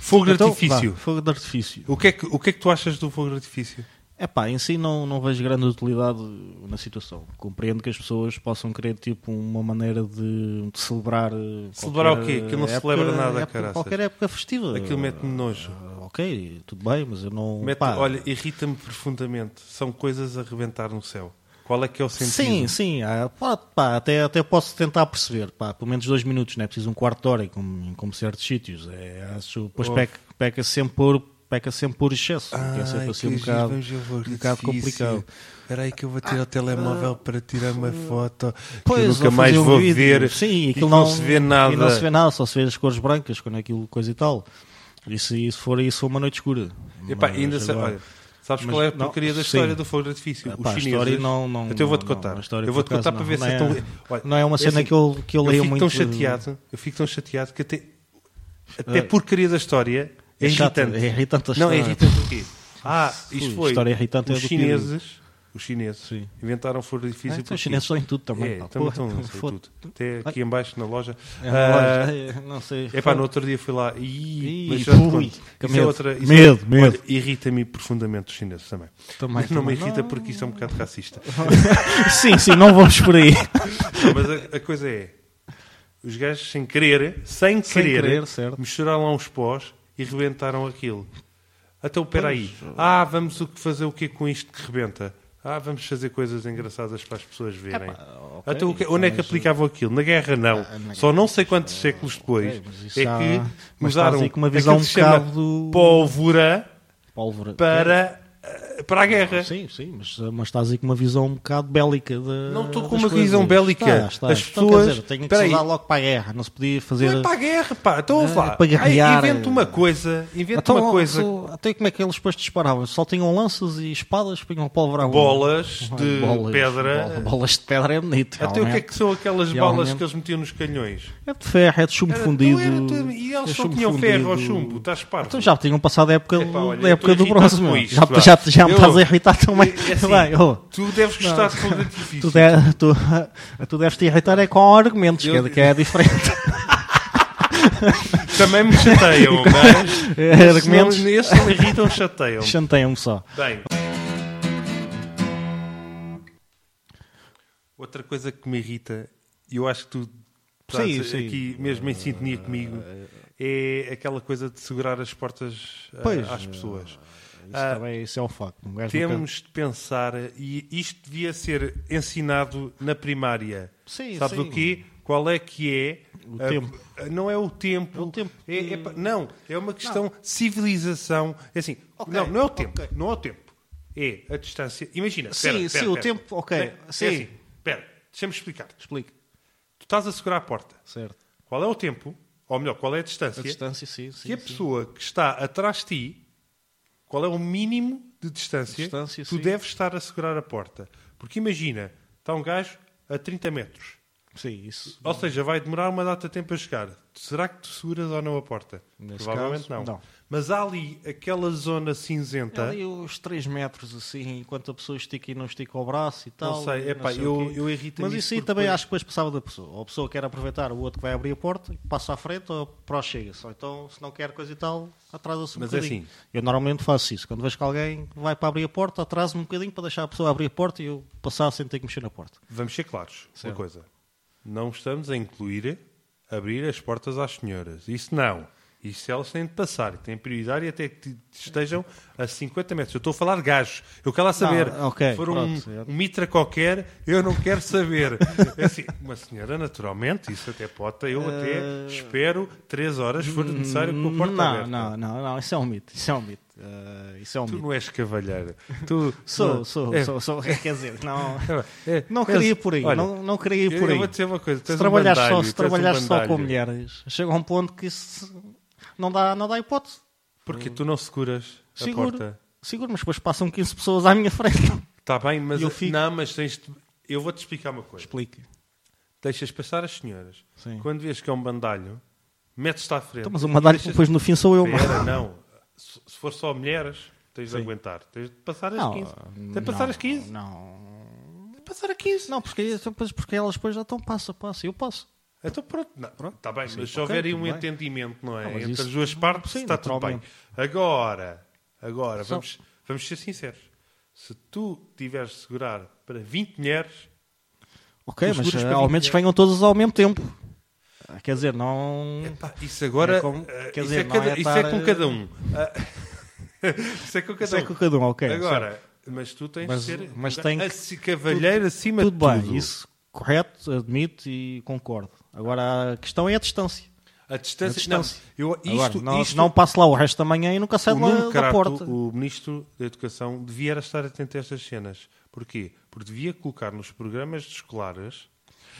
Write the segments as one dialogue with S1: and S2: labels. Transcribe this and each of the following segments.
S1: Fogo de
S2: Então,
S1: artifício.
S2: vá, fogo de artifício.
S1: O que, é que, o que é que tu achas do fogo de artifício?
S2: É pá, em si não, não vejo grande utilidade na situação. Compreendo que as pessoas possam querer tipo uma maneira de, de celebrar. eh,
S1: Celebrar o
S2: qualquer
S1: quê? Aquilo não
S2: época-
S1: celebra nada,
S2: época-
S1: caraças.
S2: Qualquer época festiva.
S1: Aquilo mete-me nojo.
S2: Ah, Ok, tudo bem, mas eu não.
S1: Mete,
S2: pá,
S1: olha, irrita-me profundamente. São coisas a rebentar no céu. Qual é que é o
S2: Sim,
S1: sentido?
S2: sim, ah, pá, pá, até, até posso tentar perceber, pá, pelo menos dois minutos, não é preciso um quarto de hora, como, em- como certos sítios. É, acho, depois
S1: Oh.
S2: peca, peca sempre por, peca sempre por excesso, que é sempre
S1: Ai,
S2: assim
S1: que
S2: um
S1: giro,
S2: bocado,
S1: vamos ver o fogo de
S2: um bocado
S1: artifício.
S2: complicado.
S1: Espera aí que eu vou tirar o telemóvel para tirar uma foto. que eu
S2: Pois,
S1: nunca
S2: ou
S1: mais
S2: fazer um
S1: vou
S2: vídeo.
S1: ver.
S2: Sim,
S1: e
S2: aquilo
S1: que não, se vê nada.
S2: E não se vê nada, só se vê as cores brancas, quando aquilo coisa e tal. E se isso for, isso for uma noite escura.
S1: Epá,
S2: Mas
S1: ainda sei,
S2: agora-
S1: olha, sabes
S2: mas
S1: qual é a
S2: não,
S1: porcaria da
S2: sim.
S1: história do fogo de artifício?
S2: Epá, a
S1: Os
S2: história
S1: chineses.
S2: não- não-
S1: então eu vou-te
S2: não-
S1: contar.
S2: a história,
S1: eu vou-te
S2: por
S1: contar para
S2: acaso,
S1: ver
S2: não
S1: se é
S2: é-
S1: tão. Olha,
S2: não é uma
S1: é
S2: cena
S1: assim,
S2: que eu, que eu
S1: eu
S2: leio
S1: fico
S2: muito.
S1: tão chateado, eu fico tão chateado que até, até
S2: É.
S1: porcaria da história é,
S2: É chato,
S1: irritante.
S2: é irritante a
S1: Não, é
S2: história.
S1: irritante porquê? Ah, isto
S2: Ui,
S1: foi.
S2: história irritante é
S1: os
S2: do que eu digo.
S1: chineses, os chineses
S2: Sim.
S1: inventaram fogo artifício.
S2: Ah, então
S1: porque-
S2: os chineses são em tudo também.
S1: É,
S2: pá,
S1: também
S2: porra,
S1: estão em
S2: foda-
S1: tudo. Até aqui em baixo na loja.
S2: É,
S1: Ah,
S2: olha, é, não sei.
S1: é pá, no outro dia fui lá e.
S2: Ih,
S1: mas já te
S2: ui,
S1: conto.
S2: que
S1: Isso é
S2: medo.
S1: outra- isso
S2: Medo,
S1: é-
S2: medo.
S1: olha, Irrita-me profundamente os chineses também.
S2: Também,
S1: Mas não me
S2: também.
S1: irrita porque isso é um bocado racista.
S2: Sim, sim, não vamos por aí.
S1: Não, mas a, a coisa é: os gajos, sem querer, sem,
S2: Sem
S1: querer,
S2: querer, certo.
S1: misturaram lá uns pós e rebentaram aquilo. Até o peraí. Ah, vamos o que fazer o que com isto que rebenta? Ah, vamos fazer coisas engraçadas para as pessoas verem.
S2: ok,
S1: Até o que- onde é que
S2: mas- eh, Ah,
S1: aplicavam aquilo? Na guerra, não.
S2: na eh,
S1: Só não sei quantos séculos depois
S2: Ok, mas isso
S1: é
S2: há-
S1: que
S2: mas estás
S1: usaram
S2: aí com uma visão
S1: aquilo que se
S2: um
S1: chama
S2: bocado do-
S1: pólvora
S2: Pólvora.
S1: para, eh, para a guerra.
S2: Sim, sim, mas, mas estás aí com uma visão um bocado bélica. da-
S1: Não estou com
S2: das
S1: uma
S2: coisas.
S1: visão bélica.
S2: Está, está.
S1: As
S2: Então, quer
S1: pessoas-
S2: dizer, Tenho que
S1: Espera aí.
S2: se usar logo para a guerra. Não se podia fazer.
S1: Não é para a guerra, pá. Então, ouve
S2: É
S1: lá.
S2: para guerrear,
S1: Ai, inventa
S2: é.
S1: uma coisa. Inventa
S2: Então,
S1: uma coisa.
S2: se- Até como é que eles depois disparavam? Só tinham lanças e espadas, punham pólvora à mão.
S1: Bolas
S2: Ai,
S1: de
S2: bolas,
S1: pedra.
S2: bol- Bolas de pedra é bonito.
S1: Até o que é
S2: realmente.
S1: que são aquelas balas
S2: Realmente.
S1: que eles metiam nos canhões?
S2: É de ferro, é de chumbo
S1: Era-
S2: fundido.
S1: então era tudo- e
S2: é
S1: eles só
S2: chumbo
S1: tinham ferro ou
S2: fundido.
S1: chumbo. tá Estás parvo.
S2: Então já tinham passado a época,
S1: Epá,
S2: do-
S1: olha,
S2: da
S1: eu
S2: época
S1: estou
S2: do bronze,
S1: irritado
S2: meu.
S1: com isto,
S2: já,
S1: vá.
S2: já, já me
S1: Eu-
S2: estás a irritar também.
S1: É assim,
S2: Vai, oh.
S1: Tu deves gostar de fogo de artifício.
S2: Tu, de, tu, tu deves te irritar é com argumentos, que,
S1: Eu-
S2: é, que é diferente.
S1: Também me chateiam, mas...
S2: É,
S1: esses não-
S2: argumentos
S1: Esses não irritam, chateiam.
S2: chanteiam-me só.
S1: Bem. Outra coisa que me irrita, e eu acho que tu estás
S2: Sim, sim. Eh,
S1: aqui mesmo em sintonia comigo, é aquela coisa de segurar as portas ah,
S2: Pois,
S1: às pessoas.
S2: Isso
S1: Ah,
S2: também isso é um facto. Um gajo nunca-
S1: Temos de pensar, e isto devia ser ensinado na primária.
S2: Sim,
S1: Sabes
S2: sim.
S1: o quê? Qual é que é?
S2: O
S1: a-
S2: tempo.
S1: a- Não é o tempo.
S2: É o tempo.
S1: É- é pa- não, é uma questão de civilização. É assim, não, não é o tempo. Não é o tempo. É a distância. Imagina.
S2: Sim,
S1: espera,
S2: sim,
S1: espera,
S2: o
S1: espera.
S2: tempo, ok,
S1: Não, é
S2: sim.
S1: assim, Espera, deixa-me explicar. Tu
S2: Explica.
S1: estás a segurar a porta.
S2: Certo.
S1: Qual é o tempo? Ou melhor, qual é a distância?
S2: A distância, sim. sim
S1: que a
S2: sim.
S1: pessoa que está atrás de ti, qual é o mínimo de distância,
S2: Distância,
S1: tu
S2: sim.
S1: deves estar a segurar a porta. Porque imagina, está um gajo a 30 metros.
S2: Sim, isso.
S1: Ou seja, vai demorar uma data de tempo a chegar. Será que tu seguras ou não a porta?
S2: Nesse
S1: Provavelmente
S2: caso,
S1: não.
S2: não.
S1: Mas há ali aquela zona cinzenta.
S2: Ali os 3 metros, assim, enquanto a pessoa estica e não estica o braço e tal.
S1: Não sei, epá,
S2: o
S1: eu-
S2: quê.
S1: eu irrito-me
S2: Mas
S1: isso
S2: isso aí
S1: porque
S2: também
S1: depois-
S2: acho que depois passava da pessoa. Ou a pessoa quer aproveitar, o outro que vai abrir a porta, passa à frente ou prossegue-se. Ou então, se não quer coisa e tal, atrasa-se um
S1: Mas é
S2: bocadinho.
S1: assim.
S2: Eu normalmente faço isso. Quando vejo que alguém vai para abrir a porta, atraso-me um bocadinho para deixar a pessoa abrir a porta e eu passar sem ter que mexer na porta.
S1: Vamos ser claros. Uma
S2: Certo.
S1: coisa. Não estamos a incluir abrir as portas às senhoras. Isso não. Isso elas têm de passar. Têm prioridade e até que estejam a 50 metros. Eu estou a falar de gajos. Eu quero lá saber.
S2: Ah, ok,
S1: Se for um,
S2: pronto, certo.
S1: um mitra qualquer, eu não quero saber. É assim, uma senhora, naturalmente, isso até pode. Eu até espero 3 horas, se for necessário, com a porta
S2: Eh, não,
S1: aberta.
S2: não, não, não, isso é um mito. Isso é um mito. Eh, isso é um
S1: Tu
S2: mito.
S1: não és cavalheiro. Tu,
S2: Sou, sou,
S1: É,
S2: sou, sou, quer dizer, não,
S1: é,
S2: não
S1: é,
S2: queria ir por aí,
S1: olha,
S2: não, não queria ir por
S1: eu
S2: aí.
S1: vou dizer uma coisa, tu
S2: se
S1: és um
S2: trabalhares, só,
S1: bandalho,
S2: se
S1: tu és um
S2: trabalhares só com
S1: bandalho.
S2: mulheres, chega a um ponto que isso não dá, não dá hipótese.
S1: Porque tu não seguras a
S2: Seguro,
S1: porta.
S2: seguro, mas depois passam 15 pessoas à minha frente.
S1: Está Tá bem, mas
S2: Eu fico-
S1: não, mas tens de- eu vou-te explicar uma coisa.
S2: Explica.
S1: Deixas passar as senhoras.
S2: Sim.
S1: Quando vês que é um bandalho, metes-te à frente.
S2: Então, mas o mandalho
S1: Deixas-
S2: depois no fim sou eu.
S1: Pera, não. Se se for só mulheres, tens de aguentar. Tens de passar as
S2: Não, hum,
S1: 15. Tens de passar
S2: não,
S1: as 15.
S2: Não, então,
S1: Tens de passar as 15.
S2: não porque, porque elas depois já estão passo a passo. Eu passo.
S1: Então pronto, não, pronto, está bem,
S2: Sim,
S1: mas se
S2: ok,
S1: houver aí
S2: tudo
S1: um
S2: bem.
S1: entendimento, não é?
S2: Não, mas
S1: Entre
S2: isso-
S1: as duas partes,
S2: sim,
S1: está tudo bem.
S2: naturalmente.
S1: Agora, agora,
S2: Só-
S1: vamos, vamos ser sinceros. Se tu tiveres de segurar para 20 mulheres,
S2: Ok,
S1: Os
S2: mas
S1: seguros
S2: eh,
S1: para
S2: ao
S1: vinte
S2: menos
S1: é.
S2: venham todas ao mesmo tempo. Ah, Quer dizer, não.
S1: epá, isso agora.
S2: É como-
S1: eh,
S2: quer
S1: isso,
S2: dizer,
S1: é
S2: não
S1: cada-
S2: é
S1: isso é
S2: estar
S1: com
S2: a-
S1: cada um. Ah, isso é com cada
S2: Isso é
S1: um.
S2: com cada um, ok. certo.
S1: Agora, mas tu tens
S2: Mas-
S1: de ser
S2: mas tem que-
S1: esse cavalheiro acima
S2: tudo
S1: de
S2: bem,
S1: tudo.
S2: isso correto, admito e concordo. Agora a questão é a distância.
S1: A distância.
S2: A distância.
S1: Não, eu, isto,
S2: Agora, não,
S1: isto-
S2: não passo lá o resto da manhã e nunca
S1: o
S2: saio
S1: Nuno
S2: lá da
S1: Crato,
S2: porta.
S1: o Ministro da Educação, devia era estar atento a estas cenas. Porquê? Porque devia colocar nos programas escolares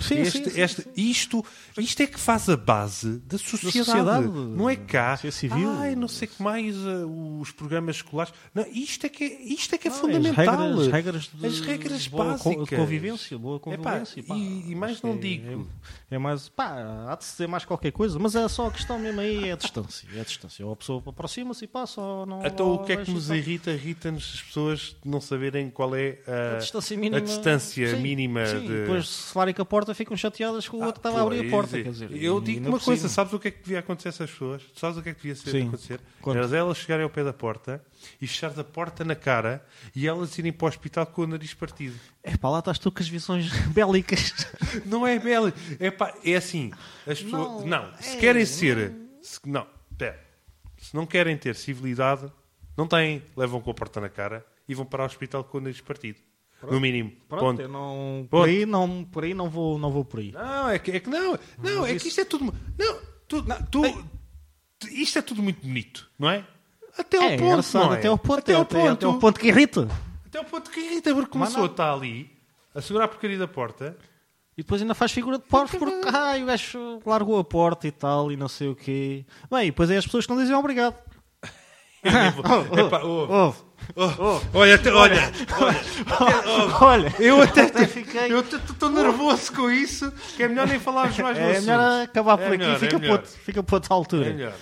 S2: Sim,
S1: este- este- Isto, isto é que faz a base da sociedade.
S2: sociedade.
S1: Não é cá.
S2: Sociedade civil.
S1: Ai, não sei o que mais, ah, os programas escolares. Não, isto é que é, isto é, que é
S2: Não,
S1: fundamental.
S2: As regras, de-
S1: As regras
S2: boa co-
S1: básicas.
S2: convivência, boa
S1: Epá,
S2: convivência. pá.
S1: e, e mais
S2: Isto
S1: não
S2: é-
S1: digo.
S2: É mais, pá, há de se dizer mais qualquer coisa, mas é só a questão mesmo aí, é a distância. É a distância. Ou a pessoa aproxima-se e passa, ou não.
S1: Então
S2: ou
S1: o que é que
S2: deixa
S1: nos
S2: estar.
S1: irrita? Irrita-nos as pessoas não saberem qual é
S2: A
S1: a,
S2: distância mínima.
S1: a distância
S2: sim,
S1: mínima
S2: sim,
S1: de-
S2: Depois, se falarem com a porta, ficam chateadas que o
S1: Ah,
S2: outro estava a abrir a
S1: pois,
S2: porta.
S1: é.
S2: Quer dizer,
S1: eu
S2: e- e
S1: digo
S2: não
S1: uma
S2: é
S1: coisa,
S2: possível.
S1: sabes o que é que devia acontecer a essas pessoas? Sabes o que é que devia ser-
S2: Sim.
S1: acontecer?
S2: Conta.
S1: Era elas chegarem ao pé da porta e fechar a porta na cara e elas irem para o hospital com o nariz partido.
S2: É pá, lá estás tu com as visões bélicas.
S1: Não é belo. É, pá, é assim. As pessoas. Não,
S2: Não,
S1: se
S2: é,
S1: querem ser. se- não, pera. Se não querem ter civilidade, não têm. Levam com a porta na cara e vão para o hospital com o nariz partido. No mínimo.
S2: Pronto,
S1: Ponto.
S2: eu não.
S1: Ponto.
S2: Por aí não, por aí não, vou, não vou por aí.
S1: Não, é que, é que não. Não, é que isto é tudo. Não, tu, tu, tu- isto é tudo muito bonito, não é? Até ao
S2: é
S1: ponto,
S2: engraçado,
S1: não é?
S2: até ao ponto,
S1: até ao ponto,
S2: até ao um ponto que irrita.
S1: até ao ponto que irrita, porque
S2: Mas
S1: começou
S2: não.
S1: a estar ali, a segurar a porcaria da porta.
S2: E depois ainda faz figura de porcos porque ai, o gajo largou a porta e tal e não sei o quê. Bem, e depois é as pessoas que não dizem obrigado.
S1: Eu nem vou- Epá, oh,
S2: Ouve.
S1: oh, Olha, até, olha,
S2: Olha,
S1: eu até
S2: Até fiquei-
S1: eu até estou nervoso com isso, que é melhor nem falarmos mais no
S2: é
S1: assunto.
S2: melhor acabar por
S1: É
S2: aqui,
S1: melhor, é
S2: fica, para
S1: melhor.
S2: outro- fica para outra altura.
S1: É melhor.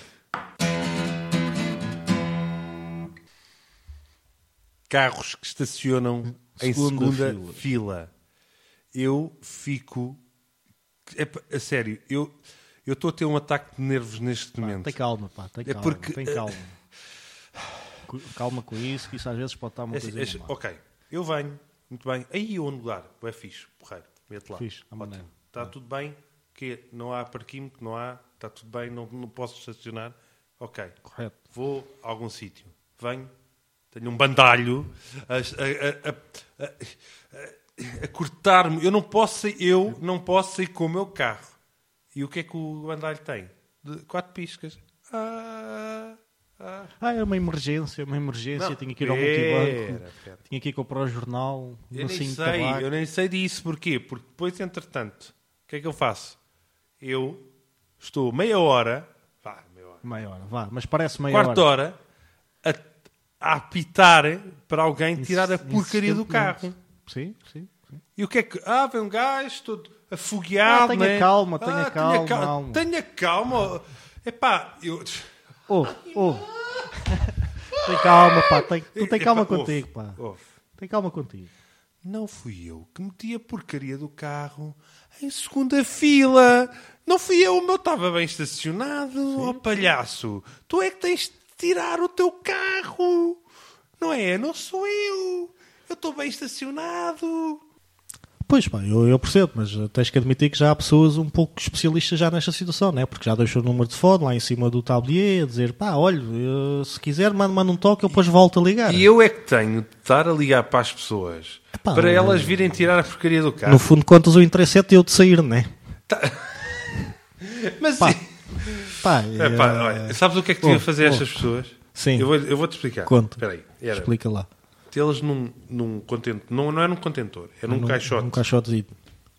S1: Carros que estacionam em
S2: Segunda
S1: segunda fila.
S2: fila.
S1: Eu fico. Epá, a sério, eu eu estou a ter um ataque de nervos neste momento.
S2: Tem calma, pá, tem
S1: É
S2: calma.
S1: porque-
S2: Tem calma. Cu- calma com isso, que isso às vezes pode estar uma
S1: É assim,
S2: coisa
S1: é assim, ok, eu venho, muito bem. Aí eu lugar, é fixe, porreiro, mete lá.
S2: Fixe, à maneira. é?
S1: Está tudo bem, que não há parquímetro, não há, está tudo bem, não, não posso estacionar. Ok,
S2: Correto.
S1: vou a algum sítio, venho, tenho um bandalho a, a- a- a- a- a cortar-me. Eu não posso sair, eu não posso sair com o meu carro. E o que é que o bandalho tem? De- quatro piscas. Ah, ah.
S2: Ah, é uma emergência, é uma emergência,
S1: Não,
S2: tinha que ir ao
S1: pera,
S2: multibanco.
S1: pera.
S2: Tinha que ir comprar o jornal,
S1: Eu nem
S2: um cinho de
S1: sei,
S2: tabaco.
S1: eu nem sei disso. Porquê? Porque depois, entretanto, o que é que eu faço? Eu estou meia hora, vá, meia hora,
S2: Meia hora, vá, mas parece meia
S1: quarta
S2: hora.
S1: hora, a, a apitar para alguém tirar a
S2: Insist-
S1: porcaria do
S2: insistentemente.
S1: carro.
S2: Sim, sim. sim.
S1: E o que é que. Ah, vem um gajo todo afogueado.
S2: Ah, tenha
S1: né?
S2: calma, tenha calma,
S1: cal-
S2: Almo.
S1: Tenha calma. oh, Epá, eu.
S2: Oh, oh. tem calma, pá. Tem, tu tem
S1: Epá,
S2: calma
S1: ouve,
S2: contigo, pá.
S1: ouve.
S2: Tem calma contigo.
S1: Não fui eu que meti a porcaria do carro em segunda fila. Não fui eu, o meu estava bem estacionado. Ó palhaço, tu é que tens de tirar o teu carro. Não é? Não sou eu. Eu estou bem estacionado.
S2: Pois, pá, eu, eu percebo, mas eh, tens que admitir que já há pessoas um pouco especialistas já nesta situação, né? Porque já deixou o número de fone lá em cima do tablier, a dizer, pá, olha, eh, se quiser, manda, manda um toque, eu depois volto a ligar.
S1: E eu é que tenho de estar a ligar para as pessoas
S2: Epá,
S1: para
S2: não-
S1: elas virem tirar a porcaria do carro.
S2: No fundo, contas o interesse é teu de sair, né?
S1: Mas
S2: Pá, Pá,
S1: Epá,
S2: eh,
S1: olha, sabes o que é que tinha a
S2: ouve,
S1: fazer a estas
S2: ouve.
S1: pessoas?
S2: Sim.
S1: Eu vou, eu vou te explicar.
S2: Conta.
S1: Espera aí. Era-
S2: explica lá.
S1: tê-las num, num contentor. Não, não é num contentor, é num caixote.
S2: Um caixote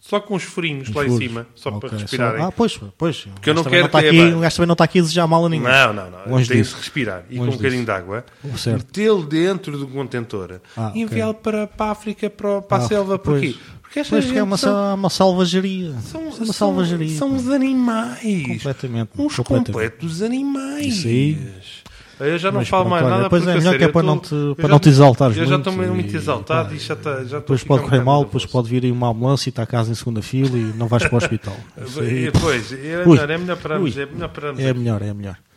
S1: Só com uns furinhos lá em cima, só para respirarem.
S2: Ah, pois, pois. Porque
S1: eu não quero
S2: Está
S1: que- é
S2: aqui, o gajo também não está aqui a desejar mal a ninguém.
S1: Não, não, não.
S2: Longe
S1: Tem de
S2: disso.
S1: respirar. E
S2: Longe
S1: com um bocadinho
S2: disso.
S1: de
S2: Oh,
S1: água.
S2: Certo.
S1: Metê-lo dentro do contentor.
S2: Ah,
S1: e
S2: ok.
S1: enviá-lo para, para a África, para, para a
S2: Ah,
S1: selva. Porquê?
S2: pois.
S1: Porque esta
S2: Pois, porque
S1: gente
S2: é uma,
S1: são,
S2: sa- uma salvageria.
S1: são,
S2: Isso é uma
S1: são-
S2: salvageria.
S1: são
S2: pá.
S1: os animais.
S2: Completamente,
S1: Uns
S2: completamente.
S1: completos animais.
S2: Isso aí.
S1: Eu já não
S2: Mas
S1: falo
S2: pronto,
S1: mais
S2: olha,
S1: nada.
S2: pois é,
S1: porque, a
S2: melhor
S1: sério,
S2: que é para
S1: eu
S2: não
S1: tô-
S2: te-
S1: eu
S2: para
S1: já
S2: não te exaltares
S1: Eu já
S2: muito
S1: estou mesmo
S2: e,
S1: muito exaltado
S2: pá,
S1: e já tá- já estou a
S2: Depois
S1: ficar
S2: pode
S1: um
S2: correr
S1: bocado
S2: mal,
S1: nervoso.
S2: depois pode vir aí uma ambulância e está a casa em segunda fila e não vais para o hospital. Isso aí,
S1: E, Pois, é
S2: Ui.
S1: melhor, é melhor pararmos.
S2: Ui.
S1: É melhor pararmos.
S2: é melhor, é melhor. É.